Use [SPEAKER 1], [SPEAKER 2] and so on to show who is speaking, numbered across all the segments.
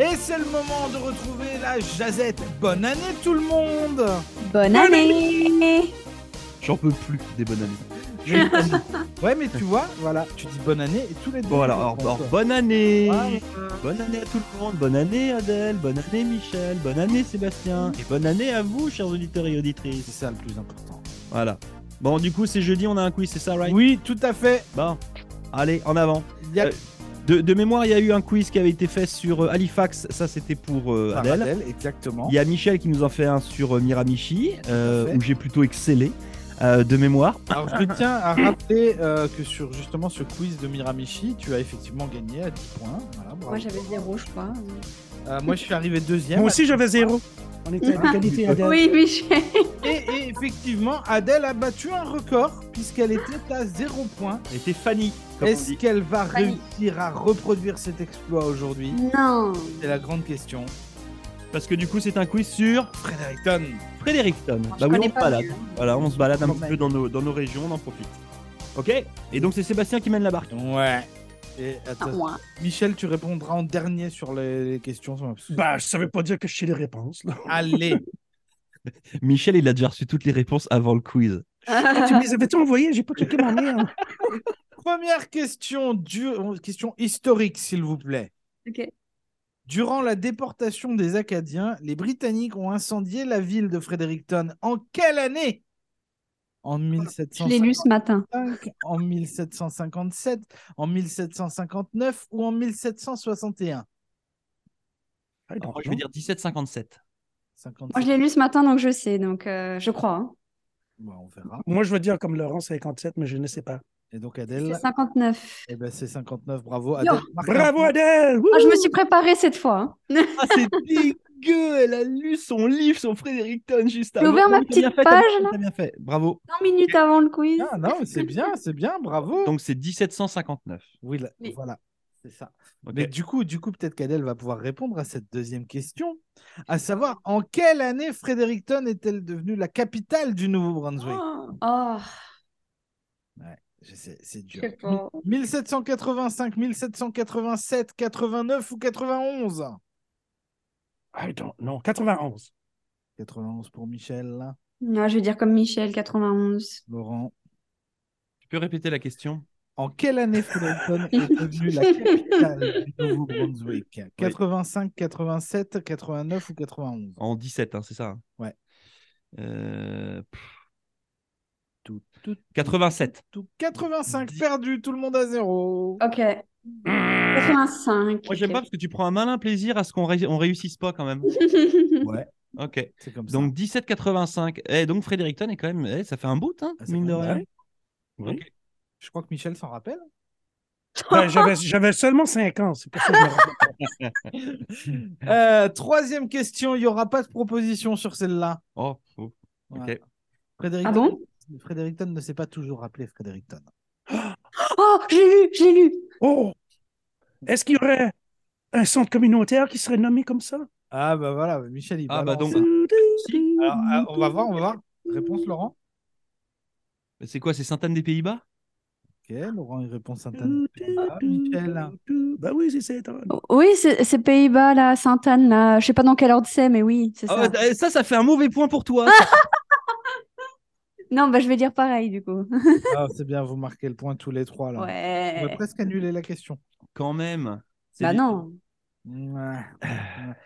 [SPEAKER 1] le moment de retrouver la Jazette. Bonne année tout le monde
[SPEAKER 2] Bonne année
[SPEAKER 3] J'en peux plus des bonnes années.
[SPEAKER 1] Ouais mais tu vois, voilà, tu dis bonne année et tous les deux.
[SPEAKER 3] Bon alors, alors, alors, bonne année
[SPEAKER 1] Ouais, euh,
[SPEAKER 3] Bonne année à tout le monde, bonne année Adèle, bonne année Michel, bonne année Sébastien, et bonne année à vous chers auditeurs et
[SPEAKER 1] C'est
[SPEAKER 3] auditrices.
[SPEAKER 1] ça le plus important.
[SPEAKER 3] Voilà. Bon du coup c'est jeudi, on a un quiz, c'est ça right
[SPEAKER 1] Oui, tout à fait.
[SPEAKER 3] Bon, allez, en avant.
[SPEAKER 1] Il y a
[SPEAKER 3] Euh, De, de mémoire, il y a eu un quiz qui avait été fait sur euh, Halifax, ça c'était pour euh,
[SPEAKER 1] par
[SPEAKER 3] Adèle.
[SPEAKER 1] Adèle, exactement.
[SPEAKER 3] Il y a Michel qui nous en fait un sur euh, Miramichi, euh,
[SPEAKER 1] Tout à fait.
[SPEAKER 3] où j'ai plutôt excellé euh, de mémoire.
[SPEAKER 1] Alors je tiens à rappeler euh, que sur justement ce quiz de Miramichi, tu as effectivement gagné à 10 points. Voilà, bravo.
[SPEAKER 2] Moi j'avais zéro, je crois.
[SPEAKER 1] Euh, moi je suis arrivé deuxième.
[SPEAKER 4] Moi aussi j'avais zéro. On était à égalité,
[SPEAKER 3] Ah.
[SPEAKER 4] Adèle.
[SPEAKER 2] Oui, Michel.
[SPEAKER 1] Et, et effectivement, Adèle a battu un record puisqu'elle était à 0 points.
[SPEAKER 3] Et c'est Fanny, comme on
[SPEAKER 1] Est-ce
[SPEAKER 3] dit.
[SPEAKER 1] qu'elle va
[SPEAKER 2] Fanny.
[SPEAKER 1] réussir à reproduire cet exploit aujourd'hui
[SPEAKER 2] Non.
[SPEAKER 1] C'est la grande question.
[SPEAKER 3] Parce que du coup c'est un quiz sur
[SPEAKER 1] Fredericton.
[SPEAKER 3] Fredericton.
[SPEAKER 2] je
[SPEAKER 3] oui, on
[SPEAKER 2] connais
[SPEAKER 3] se
[SPEAKER 2] pas
[SPEAKER 3] balade.
[SPEAKER 2] mieux.
[SPEAKER 3] Voilà, on se balade un
[SPEAKER 1] Quand
[SPEAKER 3] petit
[SPEAKER 1] même.
[SPEAKER 3] peu dans nos, dans nos régions, on en profite. Ok Et donc c'est Sébastien qui mène la barque.
[SPEAKER 1] Ouais. Et
[SPEAKER 2] Ah,
[SPEAKER 1] attends,
[SPEAKER 2] moi.
[SPEAKER 1] Michel, tu répondras en dernier sur les, les questions.
[SPEAKER 4] Bah, je savais pas dire que je sais les réponses. Là.
[SPEAKER 1] Allez.
[SPEAKER 3] Michel, il a déjà reçu toutes les réponses avant le quiz.
[SPEAKER 4] tu me les avais-tu envoyées? J'ai pas checké ma mère.
[SPEAKER 1] Première question, du- question historique, s'il vous plaît.
[SPEAKER 2] Ok.
[SPEAKER 1] Durant la déportation des Acadiens, les Britanniques ont incendié la ville de Fredericton. En quelle année En
[SPEAKER 2] Je l'ai lu
[SPEAKER 1] 1755,
[SPEAKER 2] ce matin.
[SPEAKER 1] en 1757, en 1759 ou en 1761
[SPEAKER 2] Ah,
[SPEAKER 4] Hey,
[SPEAKER 3] Alors,
[SPEAKER 4] par
[SPEAKER 3] je vais
[SPEAKER 4] contre,
[SPEAKER 3] dire 1757.
[SPEAKER 1] 57,
[SPEAKER 2] Moi je l'ai lu ce matin donc je sais, donc euh, je crois. hein.
[SPEAKER 1] bah, on verra.
[SPEAKER 4] Moi, je veux dire comme Laurent 57, mais je ne sais pas.
[SPEAKER 1] Et donc
[SPEAKER 2] C'est
[SPEAKER 1] Adèle,
[SPEAKER 2] 59.
[SPEAKER 1] eh ben, c'est 59, bravo. Adèle, marque un
[SPEAKER 4] Bravo,
[SPEAKER 1] point.
[SPEAKER 4] Adèle! Wouh!
[SPEAKER 2] Moi, Ah, je me suis préparée cette fois. hein.
[SPEAKER 3] Ah, c'est dégueu Elle a lu son livre sur Fredericton juste
[SPEAKER 2] J'ai ouvert ma
[SPEAKER 3] T'as bien
[SPEAKER 2] petite
[SPEAKER 3] fait, t'as-
[SPEAKER 2] page, là.
[SPEAKER 3] t'as bien fait, bravo.
[SPEAKER 2] 100 minutes avant le quiz.
[SPEAKER 1] Ah, non, mais c'est bien, c'est bien, bravo.
[SPEAKER 3] Donc c'est 1759.
[SPEAKER 1] oui, là,
[SPEAKER 2] Oui.
[SPEAKER 1] voilà, c'est ça.
[SPEAKER 3] Ok.
[SPEAKER 1] Mais du coup, du coup, peut-être qu'Adèle va pouvoir répondre à cette deuxième question, à savoir en quelle année Fredericton est-elle devenue la capitale du
[SPEAKER 3] Ah,
[SPEAKER 1] Nouveau-Brunswick
[SPEAKER 2] Oh, oh,
[SPEAKER 1] Je sais, c'est
[SPEAKER 2] je
[SPEAKER 1] dur.
[SPEAKER 2] sais pas.
[SPEAKER 1] 1785, 1787, 89 ou 91
[SPEAKER 4] I don't know. 91.
[SPEAKER 1] 91 pour Michel,
[SPEAKER 2] Non, je vais dire comme Michel, 91.
[SPEAKER 1] Laurent.
[SPEAKER 3] Tu peux répéter la question
[SPEAKER 1] En quelle année Fredericton est devenue la capitale du Nouveau-Brunswick 85, 87, 89 ou 91
[SPEAKER 3] En 17, hein, c'est ça hein
[SPEAKER 1] Ouais.
[SPEAKER 3] Euh, pff,
[SPEAKER 1] Tout, tout,
[SPEAKER 3] 87.
[SPEAKER 1] tout. 85 perdu, tout le monde à zéro.
[SPEAKER 2] Ok. 85.
[SPEAKER 3] Moi j'aime pas
[SPEAKER 2] ok.
[SPEAKER 3] parce que tu prends un malin plaisir à ce qu'on ré- on réussisse pas quand même. Ok.
[SPEAKER 1] C'est comme ça.
[SPEAKER 3] Donc 1785. Eh, donc Fredericton est quand même. eh, ça fait un bout, hein,
[SPEAKER 1] Ah, ça
[SPEAKER 3] mine
[SPEAKER 1] fait
[SPEAKER 3] de
[SPEAKER 1] un
[SPEAKER 3] rien.
[SPEAKER 1] bout.
[SPEAKER 4] Oui.
[SPEAKER 3] Ok.
[SPEAKER 1] Je crois que Michel s'en rappelle.
[SPEAKER 4] Ben, j'avais, j'avais seulement 5 ans, c'est pour ça que je me rappelle.
[SPEAKER 1] Euh, troisième question, il n'y aura pas de proposition sur celle-là.
[SPEAKER 3] Oh, oh, ok.
[SPEAKER 1] Voilà. Fredericton,
[SPEAKER 2] Ah bon
[SPEAKER 1] Fredericton ne s'est pas toujours rappelé Fredericton.
[SPEAKER 2] Oh, je l'ai lu, je l'ai lu.
[SPEAKER 4] Oh! Est-ce qu'il y aurait un centre communautaire qui serait nommé comme ça?
[SPEAKER 1] Ah bah voilà, Michel, il
[SPEAKER 3] Ah bah
[SPEAKER 1] balance.
[SPEAKER 3] donc-
[SPEAKER 1] Alors, ah, on va voir, on va voir. Réponse, Laurent
[SPEAKER 3] Mais C'est quoi C'est Sainte-Anne des Pays-Bas
[SPEAKER 1] Ok, Laurent, il répond Sainte-Anne. Ah, Michel.
[SPEAKER 4] Ben oui, c'est ça. étonnant.
[SPEAKER 2] Oui, c'est c'est Pays-Bas, là, Sainte-Anne, là. Je sais pas dans quel ordre c'est, mais oui, c'est
[SPEAKER 3] Ah,
[SPEAKER 2] ça.
[SPEAKER 3] eh, ça, ça fait un mauvais point pour toi.
[SPEAKER 2] Non, bah, je vais dire pareil, du coup.
[SPEAKER 1] Ah, c'est bien, vous marquez le point tous les trois là. On va
[SPEAKER 2] Ouais.
[SPEAKER 1] presque annuler la question.
[SPEAKER 3] quand même. C'est
[SPEAKER 2] Bah
[SPEAKER 3] du-
[SPEAKER 2] non.
[SPEAKER 1] Ouais.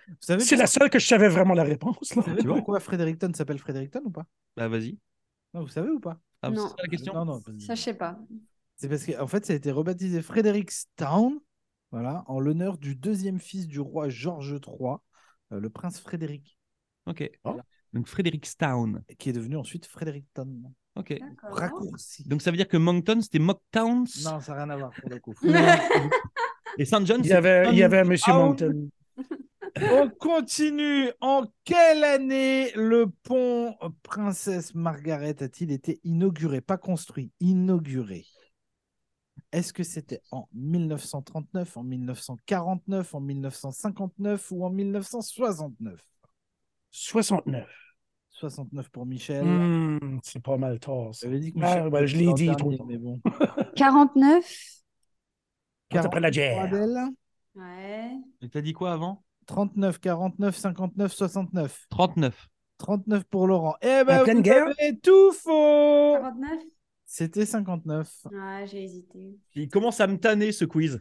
[SPEAKER 1] Vous savez,
[SPEAKER 4] C'est la seule que je savais vraiment la réponse. Là.
[SPEAKER 1] vous savez
[SPEAKER 3] tu vois.
[SPEAKER 1] pourquoi Fredericton s'appelle Fredericton ou pas
[SPEAKER 3] Bah vas-y.
[SPEAKER 1] Non, vous savez ou pas
[SPEAKER 3] Ah,
[SPEAKER 2] Non.
[SPEAKER 3] c'est ça la question
[SPEAKER 1] Non, non.
[SPEAKER 2] Ça, je sais pas.
[SPEAKER 1] C'est parce qu'en fait, ça a été rebaptisé Frederickstown, voilà, en l'honneur du deuxième fils du roi George III, euh, le prince Frédéric,
[SPEAKER 3] Ok.
[SPEAKER 4] Oh.
[SPEAKER 3] Donc Frederickstown.
[SPEAKER 1] qui est devenu ensuite Fredericton.
[SPEAKER 3] Ok.
[SPEAKER 2] Ah
[SPEAKER 1] Raccourci.
[SPEAKER 3] Donc ça veut dire que Moncton c'était Mocktown
[SPEAKER 1] Non, ça n'a rien à voir pour le coup.
[SPEAKER 3] et St. John.
[SPEAKER 4] Il y
[SPEAKER 3] c'est-
[SPEAKER 4] avait, il y avait Monsieur
[SPEAKER 1] Ah, on-
[SPEAKER 4] Moncton.
[SPEAKER 1] On continue. En quelle année le pont Princesse Margaret a-t-il été inauguré Pas construit, inauguré. Est-ce que c'était en 1939, en 1949, en 1959 ou en 1969
[SPEAKER 4] 69.
[SPEAKER 1] 69 pour Michel.
[SPEAKER 4] Hmm, c'est pas mal tard. ça.
[SPEAKER 3] Euh,
[SPEAKER 1] J'avais dit que
[SPEAKER 4] Ah,
[SPEAKER 1] Michel
[SPEAKER 4] ouais, je
[SPEAKER 1] était
[SPEAKER 4] l'ai
[SPEAKER 1] en
[SPEAKER 4] dit,
[SPEAKER 1] dernier,
[SPEAKER 4] trop tard.
[SPEAKER 1] mais bon.
[SPEAKER 2] 49
[SPEAKER 4] Après
[SPEAKER 1] 43
[SPEAKER 4] la guerre.
[SPEAKER 1] d'elle.
[SPEAKER 2] Ouais.
[SPEAKER 3] T'as dit quoi avant
[SPEAKER 1] 39, 49, 59, 69.
[SPEAKER 3] 39.
[SPEAKER 1] 39 pour Laurent. Eh ben,
[SPEAKER 4] pleine
[SPEAKER 1] vous
[SPEAKER 4] guerre
[SPEAKER 1] avez tout faux
[SPEAKER 2] 49
[SPEAKER 1] C'était 59.
[SPEAKER 2] Ah, j'ai hésité.
[SPEAKER 3] Il commence à me tanner ce quiz.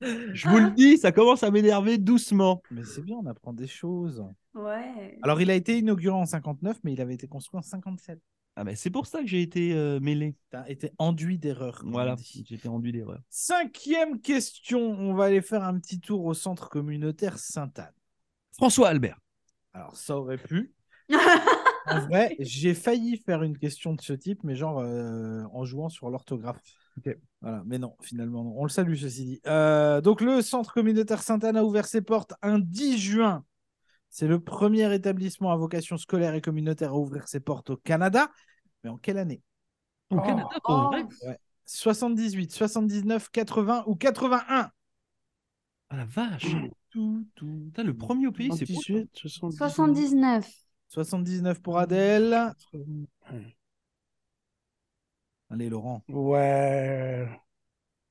[SPEAKER 3] Je
[SPEAKER 2] Ah.
[SPEAKER 3] vous le dis, ça commence à m'énerver doucement.
[SPEAKER 1] Mais c'est bien, on apprend des choses.
[SPEAKER 2] ouais.
[SPEAKER 1] Alors, il a été inauguré en 59, mais il avait été construit en 57.
[SPEAKER 3] Ah mais c'est pour ça que j'ai été euh, mêlé.
[SPEAKER 1] T'as été enduit d'erreur. comme
[SPEAKER 3] Voilà,
[SPEAKER 1] on dit.
[SPEAKER 3] j'étais enduit d'erreur.
[SPEAKER 1] Cinquième question. On va aller faire un petit tour au centre communautaire Sainte-Anne.
[SPEAKER 3] François Albert.
[SPEAKER 1] Alors, ça aurait pu. En vrai, j'ai failli faire une question de ce type, mais genre euh, en jouant sur l'orthographe. Voilà, mais non, finalement, non. on le salue, ceci dit. Euh, donc, le centre communautaire Sainte-Anne a ouvert ses portes un 10 juin. C'est le premier établissement à vocation scolaire et communautaire à ouvrir ses portes au Canada. Mais en quelle année
[SPEAKER 4] Au
[SPEAKER 2] Oh.
[SPEAKER 4] Canada.
[SPEAKER 2] Oh.
[SPEAKER 1] 78, 79, 80 ou 81
[SPEAKER 3] Ah la vache.
[SPEAKER 1] tout, tout.
[SPEAKER 3] Putain, le premier au pays, c'est pour
[SPEAKER 4] 78, 79.
[SPEAKER 2] 79.
[SPEAKER 1] 79 pour Adèle. Allez, Laurent.
[SPEAKER 4] Ouais.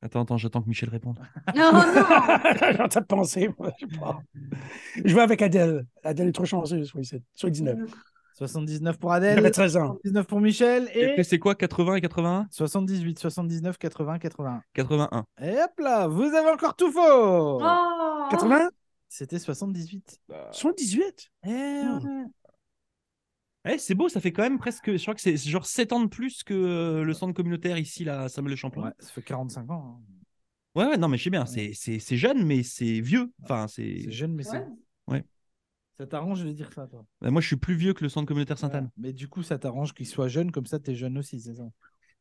[SPEAKER 3] Attends, attends, j'attends que Michel réponde.
[SPEAKER 2] Non, non
[SPEAKER 4] J'en ai pensé, moi, je sais pas. Je vais avec Adèle. Adèle est trop chanceuse, soit, ici, soit 19.
[SPEAKER 1] 79 pour
[SPEAKER 4] J'avais
[SPEAKER 1] Adèle.
[SPEAKER 4] 13 ans.
[SPEAKER 1] 79 pour Michel.
[SPEAKER 3] Et
[SPEAKER 1] Et
[SPEAKER 3] après, c'est quoi 80 et 81
[SPEAKER 1] 78, 79, 80, 81.
[SPEAKER 3] 81.
[SPEAKER 1] Et hop là, vous avez encore tout faux
[SPEAKER 2] Oh.
[SPEAKER 4] 80?
[SPEAKER 1] C'était 78.
[SPEAKER 4] 78?
[SPEAKER 1] Eh ouais.
[SPEAKER 3] Eh, c'est beau, ça fait quand même presque. Je crois que c'est genre 7 ans de plus que euh, le centre communautaire ici, là, à Samuel de Champlain.
[SPEAKER 1] Ouais, ça fait 45 ans. hein.
[SPEAKER 3] Ouais, ouais, non, mais je sais bien, c'est- c'est c'est jeune, mais c'est vieux. Enfin, c'est.
[SPEAKER 1] C'est jeune, mais
[SPEAKER 2] Ouais.
[SPEAKER 1] c'est...
[SPEAKER 3] Ouais.
[SPEAKER 1] Ça t'arrange de dire ça, toi
[SPEAKER 3] Bah, moi, je suis plus vieux que le centre communautaire Sainte-Anne.
[SPEAKER 1] Mais du coup, ça t'arrange qu'il soit jeune, comme ça, t'es jeune aussi, c'est ça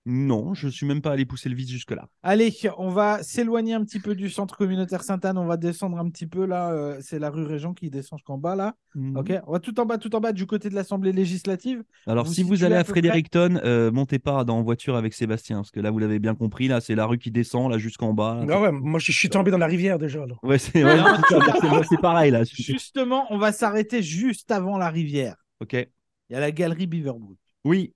[SPEAKER 3] Non, je suis même pas allé pousser le vice jusque-là.
[SPEAKER 1] Allez, on va s'éloigner un petit peu du centre communautaire Sainte-Anne. On va descendre un petit peu, là. euh, c'est la rue Régent qui descend jusqu'en bas, là.
[SPEAKER 3] Mhm.
[SPEAKER 1] Ok On va tout en bas, tout en bas, du côté de l'Assemblée législative.
[SPEAKER 3] Alors,
[SPEAKER 1] Vous
[SPEAKER 3] si vous
[SPEAKER 1] situez
[SPEAKER 3] allez
[SPEAKER 1] à
[SPEAKER 3] à
[SPEAKER 1] peu près-
[SPEAKER 3] Fredericton, euh, montez pas dans en voiture avec Sébastien, parce que là, vous l'avez bien compris, là, c'est la rue qui descend, là, jusqu'en bas. là.
[SPEAKER 4] Ah ouais, moi, je je suis tombé dans la rivière déjà. Là.
[SPEAKER 3] Ouais, c'est ouais,
[SPEAKER 1] Non,
[SPEAKER 3] c'est ça, c'est- moi, c'est pareil, là.
[SPEAKER 1] Justement, on va s'arrêter juste avant la rivière.
[SPEAKER 3] Ok.
[SPEAKER 1] Il y a la galerie Beaverbrook.
[SPEAKER 3] Oui,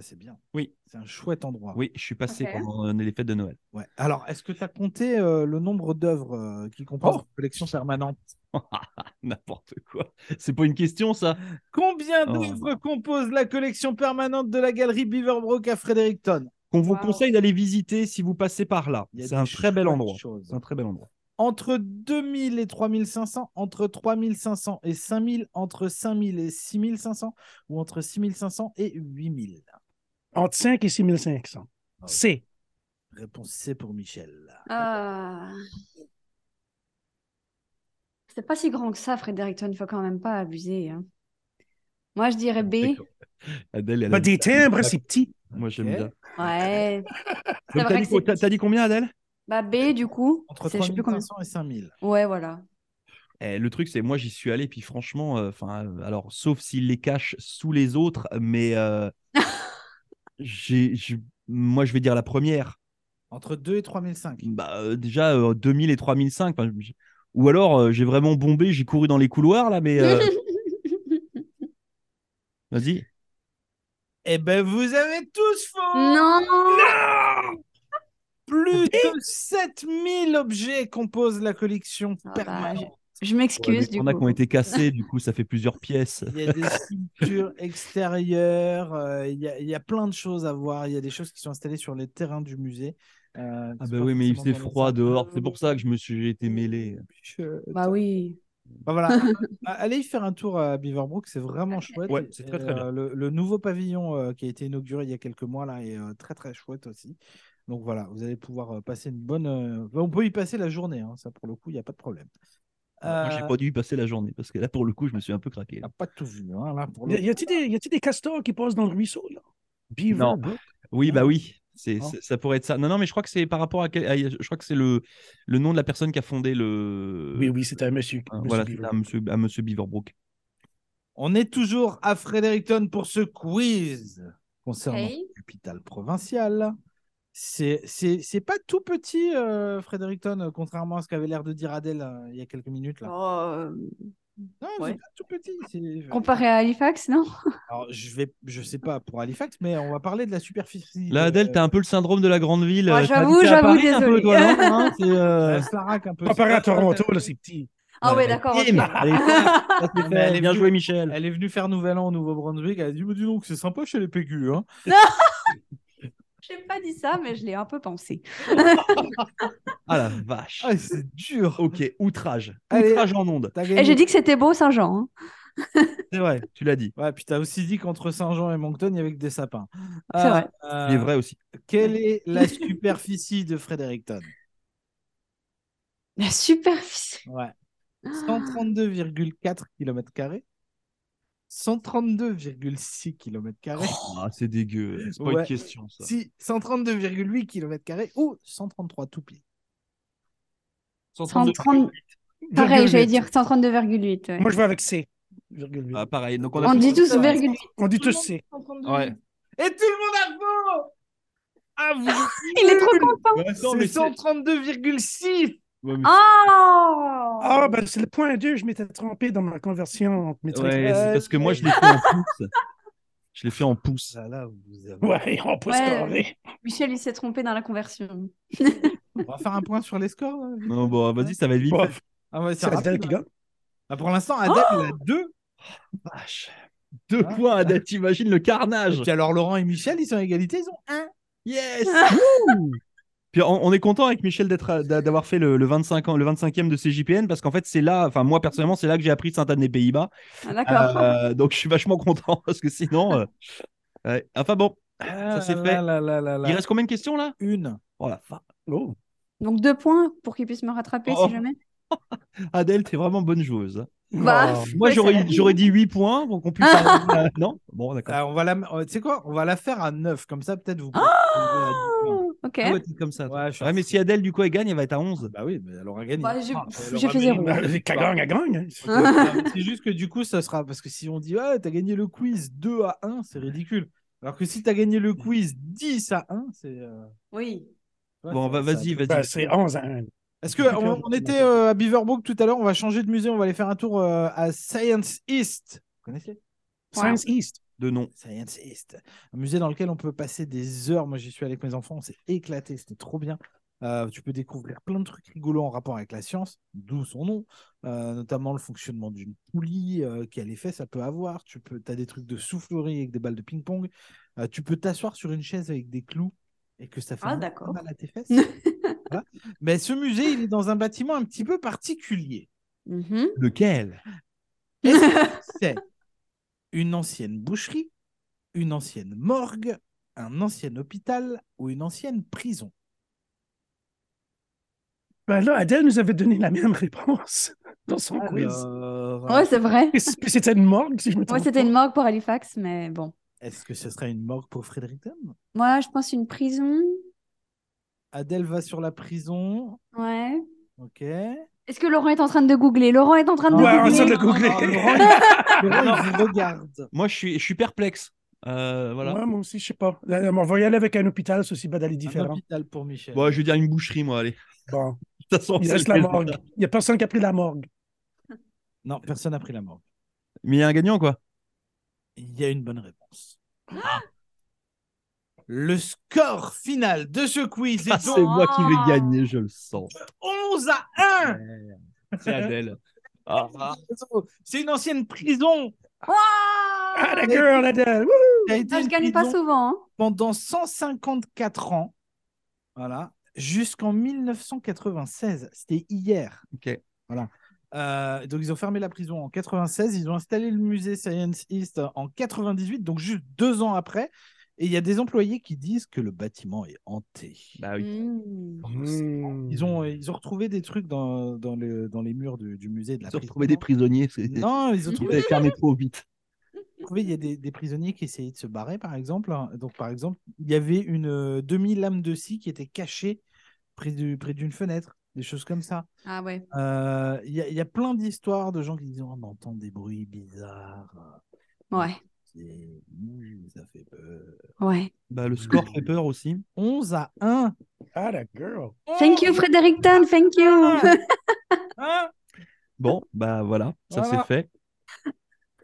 [SPEAKER 1] Ça, c'est bien.
[SPEAKER 3] Oui.
[SPEAKER 1] C'est un chouette endroit.
[SPEAKER 3] oui, je suis passé
[SPEAKER 2] Ok.
[SPEAKER 3] pendant euh, les fêtes de Noël.
[SPEAKER 1] Ouais. Alors, est-ce que tu as compté euh, le nombre d'œuvres euh, qui composent
[SPEAKER 3] Oh
[SPEAKER 1] la collection permanente
[SPEAKER 3] N'importe quoi. C'est pas une question, ça.
[SPEAKER 1] Combien
[SPEAKER 3] Oh.
[SPEAKER 1] d'œuvres compose la collection permanente de la galerie Beaverbrook à Fredericton
[SPEAKER 3] Qu'on vous
[SPEAKER 2] Wow.
[SPEAKER 3] conseille d'aller visiter si vous passez par là.
[SPEAKER 1] Il y a
[SPEAKER 3] C'est
[SPEAKER 1] des
[SPEAKER 3] un très bel
[SPEAKER 1] chouettes
[SPEAKER 3] endroit.
[SPEAKER 1] choses.
[SPEAKER 3] C'est un très bel endroit.
[SPEAKER 1] Entre 2000 et 3500, entre 3500 et 5000, entre 5000 et 6500, ou entre 6500 et 8000
[SPEAKER 4] Entre 5 et 6500.
[SPEAKER 1] Ah oui.
[SPEAKER 4] C'est.
[SPEAKER 1] Réponse C pour Michel.
[SPEAKER 2] Ah. C'est pas si grand que ça, Fredericton. Faut quand même pas abuser. hein. Moi, je dirais B.
[SPEAKER 3] D'accord. Adèle, elle
[SPEAKER 4] Bah,
[SPEAKER 3] aime
[SPEAKER 4] des
[SPEAKER 3] ça.
[SPEAKER 4] timbres, c'est petit.
[SPEAKER 3] Moi, j'aime
[SPEAKER 1] Ok.
[SPEAKER 3] bien.
[SPEAKER 2] Ouais. C'est
[SPEAKER 3] Donc,
[SPEAKER 2] vrai
[SPEAKER 3] t'as dit,
[SPEAKER 2] que c'est
[SPEAKER 3] t'as- t'as dit combien, Adèle
[SPEAKER 2] Bah, B, du coup.
[SPEAKER 1] Entre
[SPEAKER 2] C'est- je sais plus combien.
[SPEAKER 1] 3500 et 5000.
[SPEAKER 2] Ouais, voilà.
[SPEAKER 3] Eh, le truc, c'est moi, j'y suis allé, puis franchement, euh, enfin, alors, sauf s'il les cache sous les autres, mais euh, j'ai, j'ai- moi, je vais dire la première.
[SPEAKER 1] Entre 2 et 3005.
[SPEAKER 3] Bah, euh, déjà, euh, 2000 et 3005. enfin, j- Ou alors, euh, j'ai vraiment bombé, j'ai couru dans les couloirs, là, mais euh, vas-y.
[SPEAKER 1] Eh ben, vous avez tous faux
[SPEAKER 2] non.
[SPEAKER 1] Plus de 7000 objets composent la collection
[SPEAKER 2] Ah bah,
[SPEAKER 1] permanente.
[SPEAKER 2] Je
[SPEAKER 3] Ouais, mais
[SPEAKER 2] m'excuse,
[SPEAKER 3] Il y
[SPEAKER 2] du
[SPEAKER 3] en a qui ont
[SPEAKER 2] coup.
[SPEAKER 3] été cassés, du coup, ça fait plusieurs pièces.
[SPEAKER 1] Il y a des sculptures extérieures, euh, il, y a, il y a plein de choses à voir. Il y a des choses qui sont installées sur les terrains du musée. euh, qui
[SPEAKER 3] Ah,
[SPEAKER 1] sont
[SPEAKER 3] bah
[SPEAKER 1] pas
[SPEAKER 3] oui, mais
[SPEAKER 1] forcément
[SPEAKER 3] il faisait
[SPEAKER 1] dans les
[SPEAKER 3] froid
[SPEAKER 1] salles.
[SPEAKER 3] dehors, c'est pour ça que je me suis, j'ai été mêlé.
[SPEAKER 1] Je-
[SPEAKER 2] Bah oui.
[SPEAKER 1] Bah voilà. Ah, Allez y faire un tour à Beaverbrook, c'est vraiment chouette.
[SPEAKER 3] Ouais, c'est très,
[SPEAKER 1] Et,
[SPEAKER 3] très bien.
[SPEAKER 1] euh, le, le nouveau pavillon euh, qui a été inauguré il y a quelques mois là est euh, très très chouette aussi. Donc voilà, vous allez pouvoir euh, passer une bonne. euh, bah, on peut y passer la journée, hein, ça pour le coup, il n'y a pas de problème.
[SPEAKER 3] Moi, j'ai
[SPEAKER 1] Euh,
[SPEAKER 3] pas dû y passer la journée, parce que là, pour le coup, je me suis un peu craqué.
[SPEAKER 1] Il
[SPEAKER 3] là.
[SPEAKER 1] n'a pas tout vu. hein, là, pour le
[SPEAKER 4] Y y a-t-il des, y a-t-il des castors qui passent dans le ruisseau? Là? Beaver
[SPEAKER 3] Non.
[SPEAKER 4] Brook.
[SPEAKER 3] Oui, bah oui, c'est,
[SPEAKER 1] Ah.
[SPEAKER 3] c'est- ça pourrait être ça. Non, non, mais je crois que c'est par rapport à, quel- à- je crois que c'est le, le nom de la personne qui a fondé le.
[SPEAKER 4] Oui, oui, c'est un monsieur.
[SPEAKER 3] Ah,
[SPEAKER 4] monsieur
[SPEAKER 3] voilà,
[SPEAKER 4] Beaver
[SPEAKER 3] c'est à
[SPEAKER 4] Brook.
[SPEAKER 3] monsieur, à monsieur Beaverbrook.
[SPEAKER 1] On est toujours à Fredericton pour ce quiz concernant
[SPEAKER 2] Hey.
[SPEAKER 1] la capitale provinciale. C'est c'est- c'est pas tout petit, euh, Fredericton, euh, contrairement à ce qu'avait l'air de dire Adèle euh, il y a quelques minutes. Là.
[SPEAKER 2] Oh, euh,
[SPEAKER 1] Non,
[SPEAKER 2] Ouais.
[SPEAKER 1] c'est pas tout petit. c'est-
[SPEAKER 2] Comparé à Halifax, non
[SPEAKER 1] Alors, je vais, je sais pas pour Halifax, mais on va parler de la superficie.
[SPEAKER 3] Là, Adèle,
[SPEAKER 1] euh,
[SPEAKER 3] t'as un peu le syndrome de la grande ville.
[SPEAKER 2] Ouais,
[SPEAKER 3] euh, t'as
[SPEAKER 2] oh, j'avoue,
[SPEAKER 3] habité à
[SPEAKER 2] j'avoue,
[SPEAKER 3] Paris, un peu,
[SPEAKER 2] désolée.
[SPEAKER 3] toi, non Hein, c'est, euh,
[SPEAKER 1] euh, Starac un peu.
[SPEAKER 4] Comparé à Toronto, là, c'est petit.
[SPEAKER 2] Ah ouais,
[SPEAKER 3] ouais.
[SPEAKER 2] d'accord.
[SPEAKER 3] Eh,
[SPEAKER 2] ok.
[SPEAKER 3] mais- allez,
[SPEAKER 1] euh,
[SPEAKER 3] ça, c'est fait.
[SPEAKER 1] Elle est
[SPEAKER 3] Euh, Bien
[SPEAKER 1] venue-
[SPEAKER 3] joué, Michel.
[SPEAKER 1] Elle est venue faire Nouvel An au Nouveau-Brunswick. Elle a dit Mais Dis donc, c'est sympa chez les PQ. Hein.
[SPEAKER 2] J'ai pas dit ça, mais je l'ai un peu pensé.
[SPEAKER 3] Ah la vache.
[SPEAKER 1] Ah, c'est dur.
[SPEAKER 3] Ok, outrage.
[SPEAKER 1] Allez.
[SPEAKER 3] Outrage en onde.
[SPEAKER 1] T'as
[SPEAKER 2] Et
[SPEAKER 1] gagné.
[SPEAKER 2] Eh, j'ai dit que c'était beau Saint-Jean. hein.
[SPEAKER 3] C'est vrai, tu l'as dit.
[SPEAKER 1] Ouais, puis t'as aussi dit qu'entre Saint-Jean et Moncton, il y avait que des sapins.
[SPEAKER 2] C'est
[SPEAKER 1] Euh,
[SPEAKER 2] vrai.
[SPEAKER 1] euh,
[SPEAKER 3] Il est vrai aussi.
[SPEAKER 1] Quelle est la superficie de Fredericton
[SPEAKER 2] La superficie.
[SPEAKER 1] Ouais. 132,4 km. 132,6 km.
[SPEAKER 3] Ah, c'est dégueu. C'est pas
[SPEAKER 1] Ouais.
[SPEAKER 3] une question, ça.
[SPEAKER 1] Si, 132,8 km ou 133 tout pile.
[SPEAKER 3] 132.
[SPEAKER 2] 130... Pareil, j'allais dire 132,8. ouais.
[SPEAKER 4] Moi, je vais avec C. virgule huit.
[SPEAKER 3] Ah, pareil. Donc, on a
[SPEAKER 2] On
[SPEAKER 3] fait-
[SPEAKER 2] dit tous
[SPEAKER 1] ça,
[SPEAKER 2] virgule.
[SPEAKER 4] On dit tous C.
[SPEAKER 3] Ouais.
[SPEAKER 1] Et tout le monde a faux Ah, vous
[SPEAKER 2] Il est trop content.
[SPEAKER 3] Ouais, non, mais
[SPEAKER 1] C'est
[SPEAKER 3] c'est-
[SPEAKER 1] 132,6
[SPEAKER 3] Ouais,
[SPEAKER 2] Ah.
[SPEAKER 3] mais-
[SPEAKER 2] Oh
[SPEAKER 4] Ah, ben, c'est le point 2. Je m'étais trompé dans ma conversion entre métrique. Euh,
[SPEAKER 3] Ouais,
[SPEAKER 4] et-
[SPEAKER 3] c'est parce que moi, je l'ai fait en pouce. Je l'ai fait en pouce.
[SPEAKER 1] Ça, Ah, là, vous avez-
[SPEAKER 4] Ouais, on peut
[SPEAKER 2] Ouais.
[SPEAKER 4] se parler.
[SPEAKER 2] Michel, il s'est trompé dans la conversion.
[SPEAKER 1] On va faire un point sur les scores. là, vite.
[SPEAKER 3] Non, bon, vas-y, ça va être vite.
[SPEAKER 4] Bon,
[SPEAKER 1] Ah ouais, c'est
[SPEAKER 4] c'est Adèle
[SPEAKER 1] rapide,
[SPEAKER 4] qui
[SPEAKER 1] hein.
[SPEAKER 4] gagne.
[SPEAKER 1] Ah, Pour l'instant, Adèle, elle a 2.
[SPEAKER 3] Vache. Deux
[SPEAKER 1] Ah.
[SPEAKER 3] points, Adèle, t'imagines le carnage.
[SPEAKER 1] Puis alors, Laurent et Michel, ils sont à égalité, ils ont 1.
[SPEAKER 3] Yes Wouh Puis on, on est content avec Michel d'être à- d'a- d'avoir fait le, le 25 ans, le 25e de CJPN parce qu'en fait c'est là, enfin moi personnellement c'est là que j'ai appris Saint-Anne des Pays-Bas,
[SPEAKER 2] Ah, D'accord.
[SPEAKER 3] Euh, donc je suis vachement content parce que sinon, euh, ouais. enfin bon, ça c'est fait.
[SPEAKER 1] Ah, Là, là, là,
[SPEAKER 3] Il reste combien de questions là
[SPEAKER 1] Une.
[SPEAKER 3] Oh la fa-
[SPEAKER 4] Oh.
[SPEAKER 2] Donc deux points pour qu'il puisse me rattraper
[SPEAKER 3] Oh.
[SPEAKER 2] si jamais.
[SPEAKER 3] Adèle, t'es vraiment bonne joueuse. hein.
[SPEAKER 2] Bah,
[SPEAKER 4] Oh.
[SPEAKER 2] Ouais,
[SPEAKER 3] Moi
[SPEAKER 2] c'est
[SPEAKER 3] j'aurais
[SPEAKER 2] la vie.
[SPEAKER 3] j'aurais dit 8 points pour qu'on puisse. arriver à- Non Bon d'accord.
[SPEAKER 1] Ah, on va la... euh, Tu sais quoi On va la faire à 9. Comme ça, peut-être vous. Oh
[SPEAKER 2] Ah, Ok.
[SPEAKER 3] Ah ouais, t'es comme ça. toi.
[SPEAKER 1] Ouais, je suis
[SPEAKER 3] Ouais, mais si Adèle du coup elle gagne, elle va être à 11.
[SPEAKER 1] Bah oui, mais elle aura gagné.
[SPEAKER 2] Bah, j'ai-
[SPEAKER 1] Ah,
[SPEAKER 2] pff,
[SPEAKER 1] elle aura
[SPEAKER 2] j'ai fait
[SPEAKER 1] mis-
[SPEAKER 2] zéro.
[SPEAKER 4] Ben, Qu'elle gagne, elle gagne. hein.
[SPEAKER 1] c'est juste que du coup, ça sera. Parce que si on dit, ouais, t'as gagné le quiz 2 à 1, c'est ridicule. Alors que si t'as gagné le quiz 10 à 1, c'est. euh,
[SPEAKER 2] Oui.
[SPEAKER 1] ouais,
[SPEAKER 3] Bon,
[SPEAKER 1] ça-
[SPEAKER 3] va- vas-y,
[SPEAKER 1] ça-
[SPEAKER 3] vas-y.
[SPEAKER 4] Ben, c'est 11 à 1.
[SPEAKER 1] Est-ce qu'on on était euh, à Beaverbrook tout à l'heure On va changer de musée, on va aller faire un tour euh, à Science East. Vous connaissez
[SPEAKER 4] Science East.
[SPEAKER 3] De non.
[SPEAKER 1] Science East. Un musée dans lequel on peut passer des heures. Moi, j'y suis allé avec mes enfants, on s'est éclaté, c'était trop bien. Euh, tu peux découvrir plein de trucs rigolos en rapport avec la science, d'où son nom, Euh, notamment le fonctionnement d'une poulie, euh, quel effet ça peut avoir. Tu peux, as des trucs de soufflerie avec des balles de ping-pong. Euh, tu peux t'asseoir sur une chaise avec des clous et que ça fait
[SPEAKER 2] Ah,
[SPEAKER 1] vraiment
[SPEAKER 2] d'accord.
[SPEAKER 1] mal à tes fesses. Voilà. Mais ce musée, il est dans un bâtiment un petit peu particulier.
[SPEAKER 2] Mhm.
[SPEAKER 3] Lequel
[SPEAKER 1] C'est une ancienne boucherie, une ancienne morgue, un ancien hôpital ou une ancienne prison.
[SPEAKER 4] Ben là, Adèle nous avait donné la même réponse dans son
[SPEAKER 1] Ah
[SPEAKER 4] quiz.
[SPEAKER 1] Alors,
[SPEAKER 2] Ouais, c'est vrai.
[SPEAKER 4] Et c'est- C'était une morgue, si je me
[SPEAKER 2] Moi,
[SPEAKER 4] trompe.
[SPEAKER 2] c'était une morgue pour Halifax, mais bon.
[SPEAKER 1] Est-ce que ce serait une morgue pour Fredericton
[SPEAKER 2] Moi, je pense une prison.
[SPEAKER 1] Adèle va sur la prison.
[SPEAKER 2] Ouais.
[SPEAKER 1] Ok. Laurent,
[SPEAKER 2] Est-ce que Laurent est en train de googler Laurent est en train de
[SPEAKER 1] Non,
[SPEAKER 4] Ouais, on
[SPEAKER 2] googler.
[SPEAKER 4] essaie de le googler.
[SPEAKER 1] il vous regarde.
[SPEAKER 3] Moi je suis, je suis perplexe. Euh, voilà.
[SPEAKER 4] Ouais, moi aussi, je sais pas. Là, on va y aller avec un hôpital, ceci va d'aller
[SPEAKER 1] Un
[SPEAKER 4] différent.
[SPEAKER 1] hôpital pour Michel.
[SPEAKER 3] Bon, je vais dire une boucherie, moi, allez.
[SPEAKER 4] Bon,
[SPEAKER 3] De toute façon,
[SPEAKER 4] il
[SPEAKER 3] c'est
[SPEAKER 4] reste
[SPEAKER 3] le
[SPEAKER 4] la
[SPEAKER 3] résultat.
[SPEAKER 4] morgue. Il n'y a personne qui a pris la morgue.
[SPEAKER 1] Non, personne n'a pris la morgue.
[SPEAKER 3] Mais il y a un gagnant, quoi.
[SPEAKER 1] Il y a une bonne réponse. Le score final de ce quiz
[SPEAKER 3] Ah,
[SPEAKER 1] est
[SPEAKER 3] c'est
[SPEAKER 1] donc
[SPEAKER 3] moi qui vais gagner, je le sens.
[SPEAKER 1] 11 à 1.
[SPEAKER 3] C'est Adèle. Ah, ah.
[SPEAKER 1] C'est une ancienne prison.
[SPEAKER 4] Ah,
[SPEAKER 2] Waouh
[SPEAKER 4] la girl, Adèle! Wouh!
[SPEAKER 1] Ça a été
[SPEAKER 2] Ah, je
[SPEAKER 1] une
[SPEAKER 2] gagne pas
[SPEAKER 1] prison
[SPEAKER 2] souvent. hein.
[SPEAKER 1] pendant 154 ans. Voilà. Jusqu'en 1996. C'était hier.
[SPEAKER 3] Ok.
[SPEAKER 1] Voilà. Euh, donc, ils ont fermé la prison en 96. Ils ont installé le musée Science East en 98, donc juste deux ans après. Et il y a des employés qui disent que le bâtiment est hanté.
[SPEAKER 3] Bah oui.
[SPEAKER 2] Mm.
[SPEAKER 1] Ils ont, euh, ils ont retrouvé des trucs dans, dans, le- dans les murs du, du musée de la
[SPEAKER 3] Ils ont
[SPEAKER 1] prison.
[SPEAKER 3] retrouvé des prisonniers. C'est...
[SPEAKER 1] Non, ils ont
[SPEAKER 3] Ils
[SPEAKER 1] trouvé
[SPEAKER 3] avaient fermé trop vite.
[SPEAKER 1] trouvé, il y a des, des prisonniers qui essayaient de se barrer, par exemple. Donc, par exemple, il y avait une euh, demi-lame de scie qui était cachée près du- près d'une fenêtre, des choses comme ça.
[SPEAKER 2] Ah ouais.
[SPEAKER 1] Euh, Il y, a- il y a plein d'histoires de gens qui disent on entend des bruits bizarres,
[SPEAKER 2] Ouais.
[SPEAKER 1] c'est- ouh, ça fait peur.
[SPEAKER 2] Ouais.
[SPEAKER 3] Bah, le score fait peur aussi.
[SPEAKER 1] 11 à 1.
[SPEAKER 4] Ah, la girl!
[SPEAKER 2] Thank you, Fredericton. Thank you.
[SPEAKER 1] Hein
[SPEAKER 3] Bon, bah voilà, ça
[SPEAKER 1] Voilà.
[SPEAKER 3] c'est fait.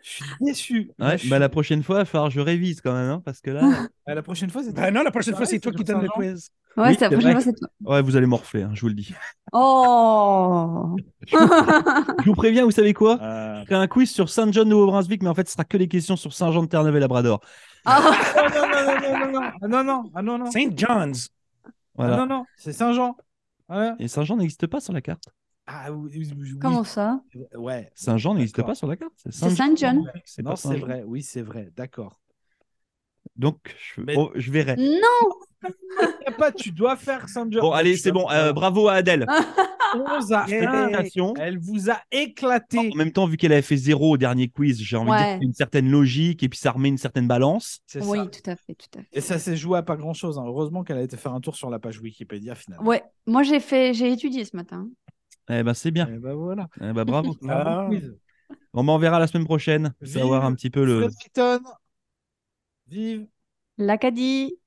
[SPEAKER 1] Je suis déçu.
[SPEAKER 3] Ouais,
[SPEAKER 1] Là, je suis-
[SPEAKER 3] bah la prochaine fois, il va falloir que je révise quand même, hein, parce que là,
[SPEAKER 1] À la prochaine fois, c'est
[SPEAKER 4] Ben non, la prochaine fois,
[SPEAKER 1] Pareil,
[SPEAKER 4] c'est toi
[SPEAKER 1] c'est
[SPEAKER 4] qui
[SPEAKER 1] comme
[SPEAKER 4] donne le
[SPEAKER 1] ça,
[SPEAKER 4] quiz.
[SPEAKER 2] Ouais,
[SPEAKER 3] Oui,
[SPEAKER 2] c'est la
[SPEAKER 3] c'est
[SPEAKER 2] prochaine
[SPEAKER 3] vrai.
[SPEAKER 2] fois, c'est toi.
[SPEAKER 3] ouais, vous allez morfler, hein, je vous le dis.
[SPEAKER 2] Oh
[SPEAKER 3] Je vous préviens, vous savez quoi
[SPEAKER 1] Ah.
[SPEAKER 3] Je ferai un quiz sur Saint-John Nouveau-Brunswick, mais en fait, ce sera que des questions sur Saint-Jean de Terre-Neuve et Labrador.
[SPEAKER 2] Ah,
[SPEAKER 1] Oh, non, non, non, non, non, non. Ah, non, non, ah, non, non.
[SPEAKER 4] St. John's.
[SPEAKER 1] Ah,
[SPEAKER 3] Voilà.
[SPEAKER 1] non, non, c'est Saint-Jean. Ouais.
[SPEAKER 3] Et Saint-Jean n'existe pas sur la carte.
[SPEAKER 1] Ah oui, oui, oui,
[SPEAKER 2] Comment ça
[SPEAKER 1] c'est vrai. Ouais.
[SPEAKER 3] Saint-Jean n'existe
[SPEAKER 1] D'accord.
[SPEAKER 3] pas sur la carte. C'est
[SPEAKER 2] C'est
[SPEAKER 3] Saint-Jean.
[SPEAKER 2] Saint-John
[SPEAKER 3] C'est pas
[SPEAKER 1] Non, c'est
[SPEAKER 3] Saint-Jean.
[SPEAKER 1] vrai. Oui, c'est vrai. D'accord.
[SPEAKER 3] Donc, je,
[SPEAKER 1] Mais-
[SPEAKER 3] oh, je verrai.
[SPEAKER 2] Non
[SPEAKER 1] Y a pas, tu dois faire Saint-Jean.
[SPEAKER 3] Bon, allez, c'est bon. euh, bravo à Adèle.
[SPEAKER 1] Ah, 11 à
[SPEAKER 4] Hey.
[SPEAKER 1] un.
[SPEAKER 3] Félicitations.
[SPEAKER 1] Elle vous a éclaté.
[SPEAKER 3] Bah, En même temps, vu qu'elle avait fait zéro au dernier quiz, j'ai envie
[SPEAKER 2] Ouais.
[SPEAKER 3] de dire qu'il y a une certaine logique et puis ça remet une certaine balance.
[SPEAKER 1] C'est
[SPEAKER 2] Oui,
[SPEAKER 1] ça.
[SPEAKER 2] tout à fait, tout à fait.
[SPEAKER 1] Et ça s'est joué à pas grand chose. Heureusement qu'elle a été faire un tour sur la page Wikipédia finalement.
[SPEAKER 2] Ouais, moi j'ai fait, j'ai étudié ce matin.
[SPEAKER 3] Eh ben, c'est bien.
[SPEAKER 1] Eh ben voilà.
[SPEAKER 3] Eh ben, bravo. ben,
[SPEAKER 1] Un bon
[SPEAKER 4] Ah.
[SPEAKER 1] quiz.
[SPEAKER 3] On m'en verra la semaine prochaine. pour
[SPEAKER 1] Vive
[SPEAKER 3] Savoir un petit peu le.
[SPEAKER 1] Fredericton, vive
[SPEAKER 2] L'Acadie